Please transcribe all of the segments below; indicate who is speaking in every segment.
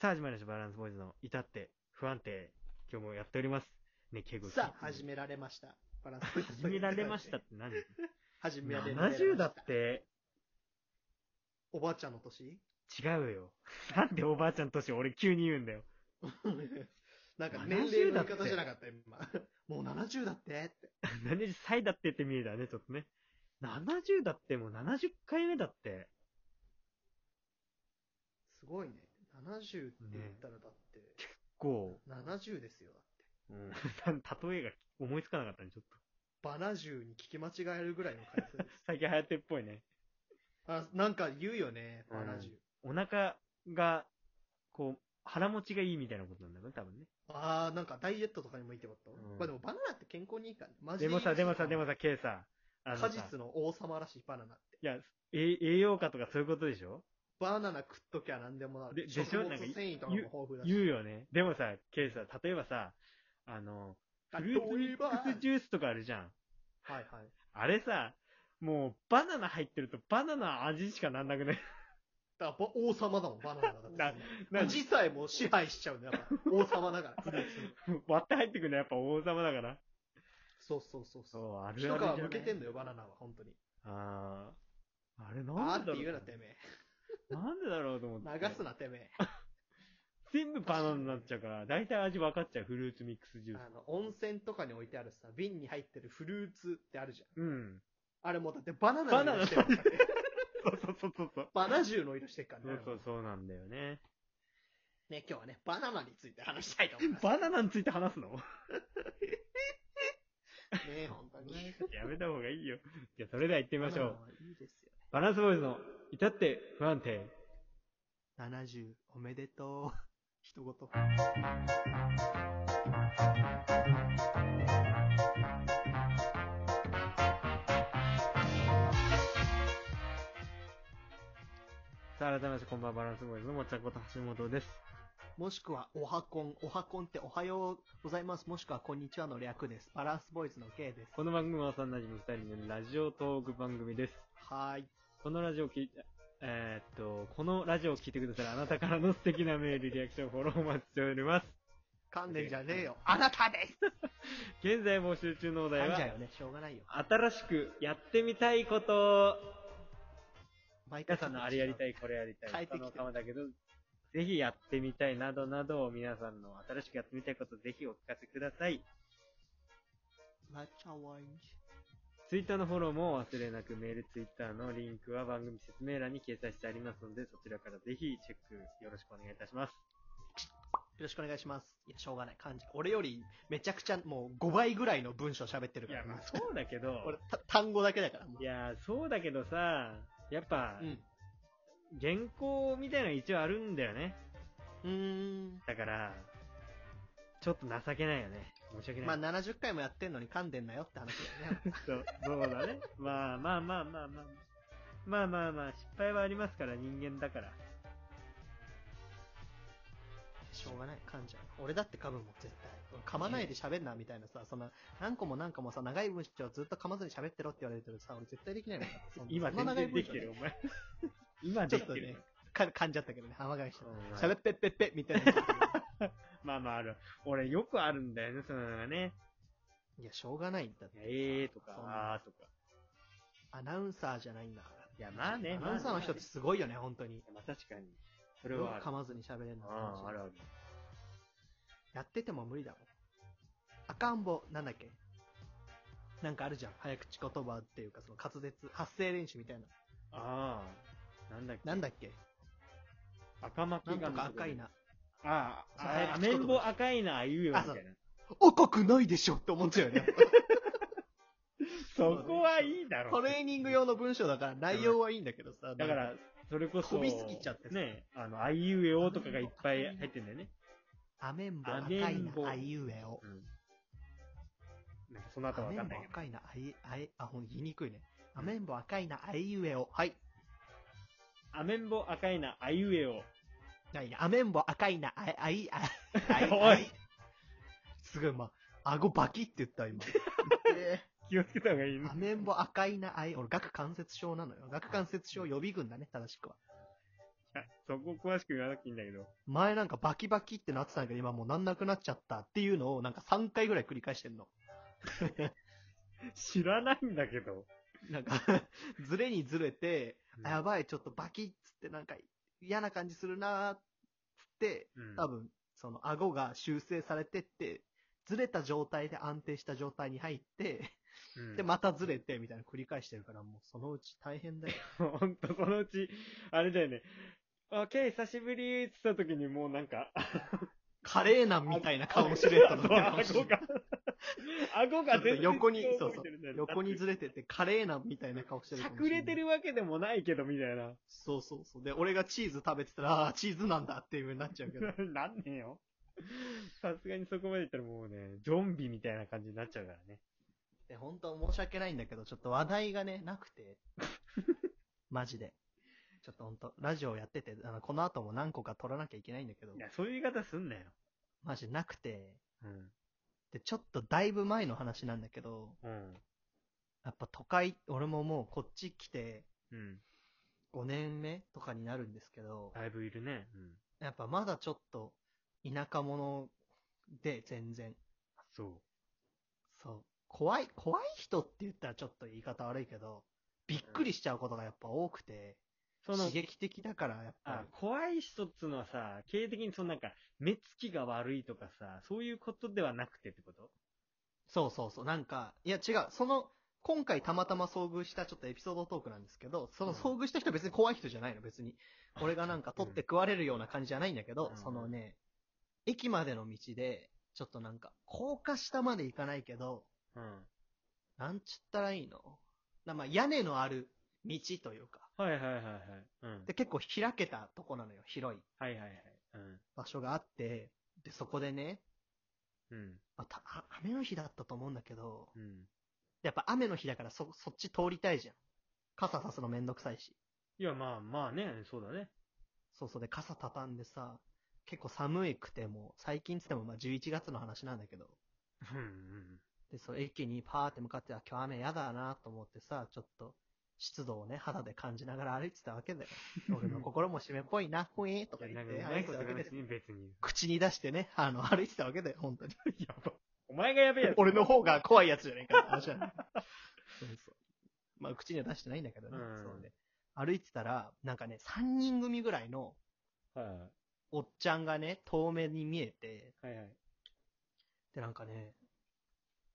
Speaker 1: さあ始まりました。バランスボーイズの至って不安定。今日もやっております。ね、敬語
Speaker 2: さあ、始められました。バランスボーイズ
Speaker 1: 始められましたっ。て何
Speaker 2: 始められました。
Speaker 1: ?70 だって
Speaker 2: おばあちゃんの年
Speaker 1: 違うよ。なんでおばあちゃん年俺急に言うんだよ。
Speaker 2: なんか年齢の言い
Speaker 1: 70だっ
Speaker 2: 方
Speaker 1: て
Speaker 2: じゃなかった、今。 もう70だってって。
Speaker 1: 70歳だってって見えたね、ちょっとね。70だってもう70回目だって。
Speaker 2: すごいね。70って言ったらだって、
Speaker 1: こ
Speaker 2: 70ですよ。だって
Speaker 1: う、なん 例えが思いつかなかったね、ちょっと。
Speaker 2: バナジュに聞き間違えるぐらいの回 数です。
Speaker 1: 最近流行ってるっぽいね。
Speaker 2: あ、なんか言うよね、バナジュ。
Speaker 1: お腹が、こう、腹持ちがいいみたいなことなんだよね、多分ね。
Speaker 2: あー、なんかダイエットとかにもいいってこと、
Speaker 1: うん
Speaker 2: まあでもバナナって健康にいいからね。マ
Speaker 1: でもさ、でもさ、でも
Speaker 2: さ、
Speaker 1: さ、ケイさ、あのさ
Speaker 2: 果実の王様らしいバナナって。
Speaker 1: いや、え栄養価とかそういうことでしょ
Speaker 2: バナナ食っときゃ何でもなる。
Speaker 1: ででしょ
Speaker 2: 食物
Speaker 1: なんか
Speaker 2: 繊維とかも豊富だし。
Speaker 1: 言うよね。でもさ、ケイさ、例えばさ、あの、フルーツミ
Speaker 2: 例え
Speaker 1: ッ
Speaker 2: ば
Speaker 1: クスジュースとかあるじゃん。
Speaker 2: はいはい。
Speaker 1: あれさ、もうバナナ入ってるとバナナ味しかなんなくない
Speaker 2: だからば王様だもん、バナナだ
Speaker 1: な
Speaker 2: って。
Speaker 1: なんか
Speaker 2: 味さえも支配しちゃうんだよ。だから王様だから。
Speaker 1: 割って入ってくるのやっぱ王様だから。
Speaker 2: そうそうそうそう。
Speaker 1: う、あ
Speaker 2: 一皮向けてんだよ、バナナは、本当に。
Speaker 1: あーあれな
Speaker 2: あー
Speaker 1: んで
Speaker 2: って
Speaker 1: だ
Speaker 2: 言う
Speaker 1: ろ
Speaker 2: な、
Speaker 1: う
Speaker 2: てめえ。
Speaker 1: なんでだろうと思って。
Speaker 2: 流すな、てめえ。
Speaker 1: 全部バナナになっちゃうから、大体味分かっちゃう、フルーツミックスジュース。
Speaker 2: あの、温泉とかに置いてあるさ、瓶に入ってるフルーツってあるじゃん。
Speaker 1: うん。
Speaker 2: あれもだってバナ
Speaker 1: バ
Speaker 2: ナ
Speaker 1: ナ
Speaker 2: の
Speaker 1: ナ
Speaker 2: 色してるからね。
Speaker 1: そうそうそうそうそう。
Speaker 2: バナジュの色してるから
Speaker 1: そう
Speaker 2: ね。
Speaker 1: そうそうなんだよね。
Speaker 2: ね、今日はね、バナナについて話したいと思います。
Speaker 1: バナナについて話すの
Speaker 2: ね、本当に。
Speaker 1: やめた方がいいよ。じゃあ、それでは行ってみましょう。
Speaker 2: バナナはいいですよ
Speaker 1: バランスボーイズの、至って不安定。
Speaker 2: 70おめでとう。 一言。
Speaker 1: さあ、改めまして、こんばんは、バランスボーイズのもっちゃんこと橋本です。
Speaker 2: もしくは、おはこん。おはこんっておはようございます。もしくは、こんにちはの略です。バランスボーイズの K です。
Speaker 1: この番組は幼馴染二人のラジオトーク番組です。
Speaker 2: はーい。
Speaker 1: このラジオを聞いて、えーっと、このラジオを聞いてくださるあなたからの素敵なメール、リアクション、フォローをお待ちしております。
Speaker 2: 噛んでるじゃねえよ。あなたです
Speaker 1: 現在募集中のお題
Speaker 2: 噛んじゃう
Speaker 1: は、
Speaker 2: よね。しょうがないよ。
Speaker 1: 新しくやってみたいこと。
Speaker 2: 毎
Speaker 1: 皆さんのあれやりた
Speaker 2: い。
Speaker 1: い、これやりたい、
Speaker 2: 変えてきて
Speaker 1: 他のかもだけど、ぜひやってみたいなどなど、皆さんの新しくやってみたいこと、ぜひお聞かせください。
Speaker 2: 抹茶ワイン。
Speaker 1: ツイッターのフォローも忘れなく、メール、ツイッターのリンクは番組説明欄に掲載してありますので、そちらからぜひチェックよろしくお願いいたします。
Speaker 2: よろしくお願いします。いや、しょうがない。噛んじゃう。俺より、めちゃくちゃ、もう5倍ぐらいの文章喋ってる
Speaker 1: い
Speaker 2: か
Speaker 1: や
Speaker 2: ら、。
Speaker 1: まあそうだけど、
Speaker 2: 俺、た単語だけだから、もう
Speaker 1: い。やー、そうだけどさ、やっぱ
Speaker 2: う、ん。
Speaker 1: 原稿みたいなの一応あるんだよね。
Speaker 2: うーん。
Speaker 1: だから、ちょっと情けないよね。申し訳な
Speaker 2: まあ、
Speaker 1: い。
Speaker 2: 70回もやってんのに噛んでんなよって話だよね。
Speaker 1: そう、そうだね。まあまあまあまあまあ。まあまあまあ、失敗はありますから、人間だから。
Speaker 2: しょうがない、噛んじゃう。俺だって噛むもん、絶対。噛まないで喋んな、みたいなさ、そんな、何個も何個もさ、長い文章ずっと噛まずに喋ってろって言われてるとさ、俺絶対できないもん。そんな
Speaker 1: 今
Speaker 2: そんな
Speaker 1: 全
Speaker 2: 長い
Speaker 1: 然でき
Speaker 2: 文章
Speaker 1: てる、お前。 今
Speaker 2: ちょ
Speaker 1: でき
Speaker 2: っと
Speaker 1: てる。
Speaker 2: ね、か噛んじゃったけどね、浜返し
Speaker 1: うん
Speaker 2: た。喋っぺっぺっぺ、みたいな。
Speaker 1: まあまあある。俺よくあるんだよね、そののがね。
Speaker 2: いや、しょうがないんだって。
Speaker 1: えーとか、
Speaker 2: そんな
Speaker 1: あーとか。
Speaker 2: アナウンサーじゃないんだから。
Speaker 1: いや、まあね、
Speaker 2: ア
Speaker 1: まあ
Speaker 2: ナウ
Speaker 1: ね、
Speaker 2: ンサーの人ってすごいよね、本当に。
Speaker 1: まあ確かに。それ
Speaker 2: よ
Speaker 1: はあ
Speaker 2: く
Speaker 1: る
Speaker 2: 噛。まずに喋れるの
Speaker 1: ああ、あるある。
Speaker 2: やってても無理だもん。赤ん坊、なんだっけなんかあるじゃん。早口言葉っていうか、その滑舌、発声練習みたいな。
Speaker 1: ああ、なんだっけ。
Speaker 2: なんだっけ
Speaker 1: 赤巻
Speaker 2: なん
Speaker 1: 紙
Speaker 2: とか赤い
Speaker 1: な。
Speaker 2: な。
Speaker 1: ああ、
Speaker 2: そう
Speaker 1: あアメンボ赤いな、あいうよ、みたい
Speaker 2: あそ
Speaker 1: な。
Speaker 2: う赤くないでしょって思っちゃうよね。
Speaker 1: そこはいいだろ
Speaker 2: トレーニング用の文章だから内容はいいんだけどさ。
Speaker 1: だか
Speaker 2: なん
Speaker 1: ら、それこそ、
Speaker 2: 飛びすぎちゃってさ
Speaker 1: ね、あの、あいうえおとかがいっぱい入ってんだよね。
Speaker 2: アメンボ
Speaker 1: ア
Speaker 2: 赤
Speaker 1: メ
Speaker 2: い
Speaker 1: ンボ
Speaker 2: な、あいうえお。
Speaker 1: なんかその後
Speaker 2: ア
Speaker 1: はわ
Speaker 2: メ
Speaker 1: かんな
Speaker 2: ン
Speaker 1: い
Speaker 2: ボ
Speaker 1: けど。
Speaker 2: 赤いな、あい、あい、あ、ほん言いにくいね。アメンボ赤いな、あいうえお。はい。
Speaker 1: アメンボ赤いな、あいうえお。
Speaker 2: ないね。アメンボ赤いな、あい、あい、あい、あ い。
Speaker 1: おい
Speaker 2: あすごい、まあ、顎バキって言った、 今。え
Speaker 1: 気をつけた方がいい
Speaker 2: ー
Speaker 1: ね
Speaker 2: ア。メンボ赤いな、あい。俺、顎関節症なのよ。顎関節症予備軍だね、正しくは。
Speaker 1: そこ詳しく言わなくていいんだけど。
Speaker 2: 前なんかバキバキってなってたんだけど、今もうなんなくなっちゃったっていうのをなんか3回ぐらい繰り返してんの。
Speaker 1: 知らないんだけど。
Speaker 2: なんか、 ずれにずれて、あやばい、ちょっとバキッつってなんか嫌な感じするなーっつって、
Speaker 1: うん
Speaker 2: 多分、その顎が修正されてって、ずれた状態で安定した状態に入って、
Speaker 1: うん
Speaker 2: で、またずれてみたいなの繰り返してるから、もうそのうち大変だよ。
Speaker 1: ほんと、そのうち、あれだよね。あ、ケイ、久しぶりって言った時にもうなんか、
Speaker 2: カレーナンみたいな顔しれっ
Speaker 1: あ
Speaker 2: た
Speaker 1: の
Speaker 2: の
Speaker 1: 顎が、顎が全然
Speaker 2: 横に
Speaker 1: 上を
Speaker 2: そう
Speaker 1: 向い
Speaker 2: そう
Speaker 1: てるんだよね
Speaker 2: 横にずれてて、カレーナンみたいな顔してる
Speaker 1: し
Speaker 2: か
Speaker 1: ゃ
Speaker 2: もし
Speaker 1: く
Speaker 2: ない
Speaker 1: れてるわけでもないけど、みたいな。
Speaker 2: そうそうそう。で、俺がチーズ食べてたら、ああー、チーズなんだっていう風になっちゃう けど。
Speaker 1: なんねえよ。さすがにそこまでいったらもうね、ゾンビみたいな感じになっちゃうからね。
Speaker 2: で、本当は申し訳ないんだけど、ちょっと話題がね、なく て。マジで。ちょっと本当ラジオやってて、あの、この後も何個か撮らなきゃいけないんだけど
Speaker 1: い、や、そういう言い方すんなよ。
Speaker 2: マジなくて。
Speaker 1: うん。
Speaker 2: で、ちょっとだいぶ前の話なんだけど、
Speaker 1: うん。
Speaker 2: やっぱ都会、俺ももうこっち来て
Speaker 1: うん。
Speaker 2: 5年目とかになるんですけど、
Speaker 1: だいぶいるね。うん。
Speaker 2: やっぱまだちょっと田舎者で全然。
Speaker 1: そ
Speaker 2: そう。怖い、怖い人って言ったらちょっと言い方悪いけど、びっくりしちゃうことがやっぱ多くて、
Speaker 1: う。その
Speaker 2: 刺、激的だからやっ
Speaker 1: あ
Speaker 2: ぱ、
Speaker 1: 怖い人っつうのはさ、経営的にそのなんか、目つきが悪いとかさ、そういうことではなくてってこと
Speaker 2: そうそうそう、なんか、いや違う、その、今回たまたま遭遇したちょっとエピソードトークなんですけど、その
Speaker 1: うん
Speaker 2: 遭遇した人は別に怖い人じゃないの、別に。俺がなんか取って食われるような感じじゃないんだけど、
Speaker 1: うん
Speaker 2: そのね、駅までの道で、ちょっとなんか、高架下まで行かないけど、
Speaker 1: うん。
Speaker 2: なんちったらいいのなまあ屋根のある道というか、
Speaker 1: はいはいはいはい。うん。
Speaker 2: で、結構開けたとこなのよ、広い
Speaker 1: はいはいはい。うん。
Speaker 2: 場所があって、で、そこでね、
Speaker 1: うん。
Speaker 2: また、あ雨の日だったと思うんだけど、
Speaker 1: うん。
Speaker 2: やっぱ雨の日だからそ、そっち通りたいじゃん。傘さすのめんどくさいし。
Speaker 1: いや、まあまあね、そうだね。
Speaker 2: そうそうで、傘畳んでさ、結構寒いくても、最近つってもまあ11月の話なんだけど、
Speaker 1: うんうん。
Speaker 2: で、そう、駅にパーって向かって、あ、今日雨やだなと思ってさ、ちょっと、湿度をね、肌で感じながら歩いてたわけ だよ。俺の心も湿っぽいな、ほえーとか
Speaker 1: いや、
Speaker 2: 言
Speaker 1: な
Speaker 2: っ
Speaker 1: んかうまいこ
Speaker 2: て歩いてた
Speaker 1: と
Speaker 2: わ
Speaker 1: が
Speaker 2: けで
Speaker 1: 別
Speaker 2: す。
Speaker 1: に別に。
Speaker 2: 口に出してね、あの、歩いてたわけだよ、本当に。
Speaker 1: やば。お前がやべえやつ。
Speaker 2: 俺の方が怖いやつじゃないかって話なんだそうそう。まあ、口には出してないんだけどね。
Speaker 1: うん
Speaker 2: そうね。歩いてたら、なんかね、3人組ぐらいの
Speaker 1: はいは
Speaker 2: おっちゃんがね、遠目に見えて、
Speaker 1: い。はいはい。
Speaker 2: で、なんかね、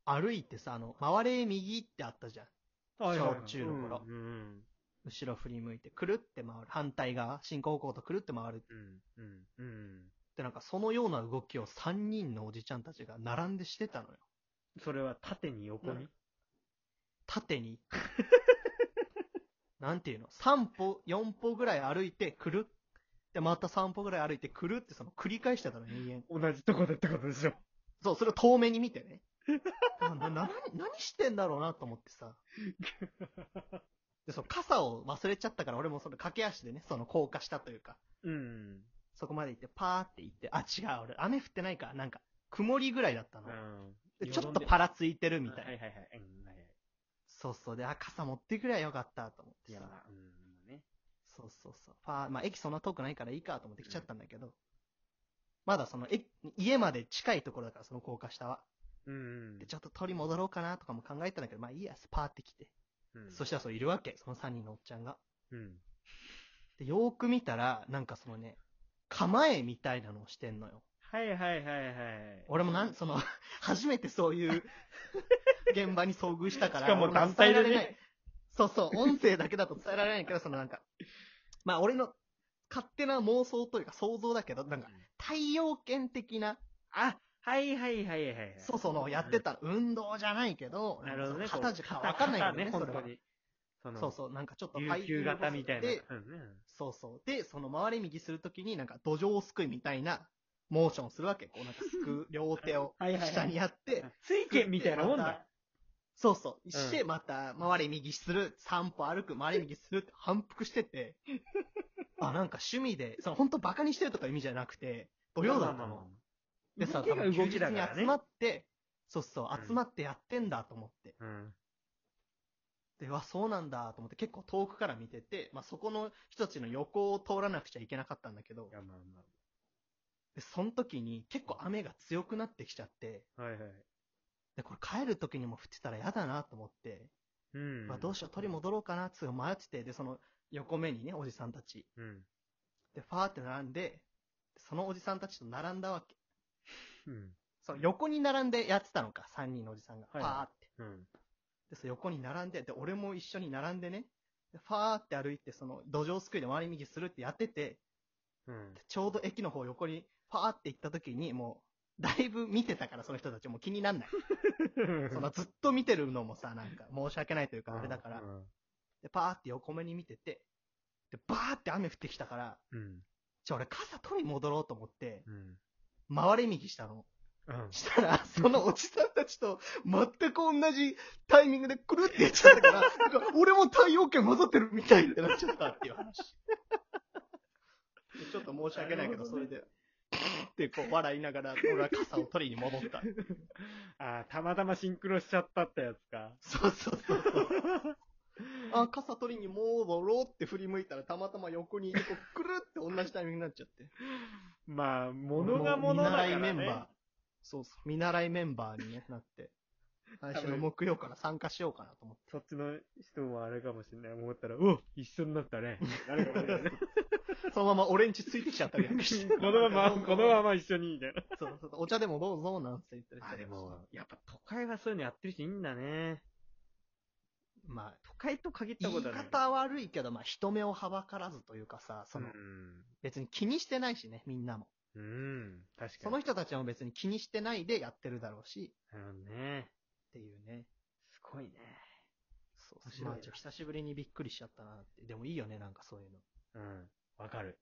Speaker 2: 歩いてさ、あの、回れ右ってあったじゃん。小中の頃
Speaker 1: うんうん
Speaker 2: 後ろ振り向いて、くるって回る。反対側、進行方向とくるって回る。
Speaker 1: うんうんうん
Speaker 2: で、なんかそのような動きを3人のおじちゃんたちが並んでしてたのよ。
Speaker 1: それは縦に横に
Speaker 2: 縦に。 なんていうの ?3 歩、4歩ぐらい歩いて、くるっ。で、また3歩ぐらい歩いて、くるってその繰り返してたの、人間。
Speaker 1: 同じとこだってことでしょ。
Speaker 2: そう、それを遠目に見てね。な、な、な、何してんだろうなと思ってさ。で、その傘を忘れちゃったから、俺もその駆け足でね、その降下したというか、
Speaker 1: うん。
Speaker 2: そこまで行って、パーって行って、あ、違う、俺、雨降ってないから、なんか、曇りぐらいだったの。
Speaker 1: う
Speaker 2: で
Speaker 1: ん。
Speaker 2: ちょっとパ
Speaker 1: ラ
Speaker 2: ラついてるみたいな。
Speaker 1: はいはいはい。うんはいはい
Speaker 2: そうそう、で、あ、傘持ってくりゃよかったと思って
Speaker 1: いや、
Speaker 2: さ。
Speaker 1: まあ、うん、ね。
Speaker 2: そうそうそう。パーまあ、駅そんな遠くないからいいかと思って来ちゃったんだけど、まだその、え、家まで近いところだから、その高架下は。
Speaker 1: うん
Speaker 2: で、ちょっと取り戻ろうかなとかも考えたんだけど、まあいいや、スパーって来て。
Speaker 1: うん。
Speaker 2: そしたらそう、いるわけ、その3人のおっちゃんが。
Speaker 1: うん。
Speaker 2: で、よーく見たら、なんかそのね、構えみたいなのをしてんのよ。
Speaker 1: はいはいはいはい。
Speaker 2: 俺もなん、そ の、初めてそういう現場に遭遇したか ら、
Speaker 1: しかも
Speaker 2: 俺も
Speaker 1: 団体でね
Speaker 2: 伝えられないそうそう、音声だけだと伝えられないけど、そのなんか、まあ俺の勝手な妄想というか想像だけど、なんか、太陽圏的な、
Speaker 1: あ、はいはいはいはいはい。
Speaker 2: そうそのやってた運動じゃないけど、
Speaker 1: なるほどね。こう
Speaker 2: 肩じゃわかんない
Speaker 1: 肩
Speaker 2: けどね、そ
Speaker 1: ね
Speaker 2: れ
Speaker 1: 本当
Speaker 2: は
Speaker 1: に。そ
Speaker 2: そう
Speaker 1: の、
Speaker 2: そう、なんかちょっと
Speaker 1: 琉球型みたいな。
Speaker 2: で、
Speaker 1: うんね
Speaker 2: そうそう。で、その回り右するときになんか土壌すくいみたいなモーションするわけ。こうなんかすくう、両手を
Speaker 1: はいはいはい
Speaker 2: 下にやって、
Speaker 1: 水拳みたいなもん
Speaker 2: ま
Speaker 1: だ
Speaker 2: た。そうそう。して、また、回り右する、散歩歩く、回り右するって反復し てて、あ、なんか趣味で、その本当バカにしてるとか意味じゃなくて、土曜だったの。でさ、
Speaker 1: 動きが動きだ
Speaker 2: 多分
Speaker 1: か
Speaker 2: 休
Speaker 1: らね
Speaker 2: 日に集まって、そうそう
Speaker 1: う、ん
Speaker 2: 集まってやってんだと思って。
Speaker 1: うん。
Speaker 2: で、わ、そうなんだと思って結構遠くから見てて、まあ、そこの人たちの横を通らなくちゃいけなかったんだけど
Speaker 1: い、や、まあま
Speaker 2: で、その時に結構雨が強くなってきちゃって、
Speaker 1: あ。はいはい。
Speaker 2: で、これ帰る時にも降ってたら嫌だなと思って、
Speaker 1: うん。
Speaker 2: まあ、どうしよう、取り戻ろうかなっつう迷ってて、で、その横目にね、おじさんたち。
Speaker 1: うん。
Speaker 2: で、ファーって並んで、そのおじさんたちと並んだわけ。
Speaker 1: うん。
Speaker 2: その横に並んでやってたのか、3人のおじさんが。フ
Speaker 1: は
Speaker 2: ァ
Speaker 1: いはい
Speaker 2: ーって。
Speaker 1: うん。
Speaker 2: で、その横に並んで、で、俺も一緒に並んでね、でファーって歩いて、その土壌すくいで回り右するってやってて、
Speaker 1: うん。
Speaker 2: でちょうど駅の方横にファーって行った時に、もう、だいぶ見てたから、その人たちもう気になんない。 そんなずっと見てるのもさ、なんか申し訳ないというか、あれだから
Speaker 1: う。ん。
Speaker 2: で、パーって横目に見てて、で、バーって雨降ってきたから、
Speaker 1: うん。
Speaker 2: じゃあ俺傘取りに戻ろうと思って、
Speaker 1: うん。
Speaker 2: 回れ右したの。
Speaker 1: うん。
Speaker 2: したら、そのおじさんたちと全く同じタイミングでくるってやっちゃった から、なんか俺も太陽圏混ざってるみたいってなっちゃったっていう話。 ちょっと申し訳ないけ
Speaker 1: なる
Speaker 2: ど、
Speaker 1: ほ
Speaker 2: そ
Speaker 1: ど
Speaker 2: れ
Speaker 1: ね
Speaker 2: で、ってこう笑いながら、俺は傘を取りに戻った。
Speaker 1: ああ、たまたまシンクロしちゃったってやつか。
Speaker 2: そうそうそうそう。 あ、傘取りに戻ろうって振り向いたら、たまたま横にこうくるって同じタイミングになっちゃって。
Speaker 1: まあ、ものがものだから、ね。
Speaker 2: 見習いメンバー。そうそう。見習いメンバーにねな って、来週の木曜から参加しようかなと思って。
Speaker 1: そっちの人もあれかもしれない。思ったら、お一緒になったね。誰かもね。
Speaker 2: そのままオレンジついてきちゃったりなんかして
Speaker 1: この まま、このまま一緒に、みたいな。
Speaker 2: そうそうそうお茶でもどうぞ、なんて言ったり
Speaker 1: あ、で
Speaker 2: して
Speaker 1: も、やっぱ都会はそういうのやってる人いいんだね。
Speaker 2: まあ、
Speaker 1: 都会と限った
Speaker 2: 言い
Speaker 1: ことはない。
Speaker 2: 方は悪いけど、まあ、人目をはばからずというかさ、その、別に気にしてないしね、みんなも。
Speaker 1: うん。うん。確かに。
Speaker 2: その人たちも別に気にしてないでやってるだろうし、
Speaker 1: なるほどね。
Speaker 2: っていうね。
Speaker 1: すごいね。
Speaker 2: そう
Speaker 1: 面白い
Speaker 2: ま
Speaker 1: な
Speaker 2: あ、ちょっと久しぶりにびっくりしちゃったなって。でもいいよね、なんかそういうの。
Speaker 1: うん。わかる。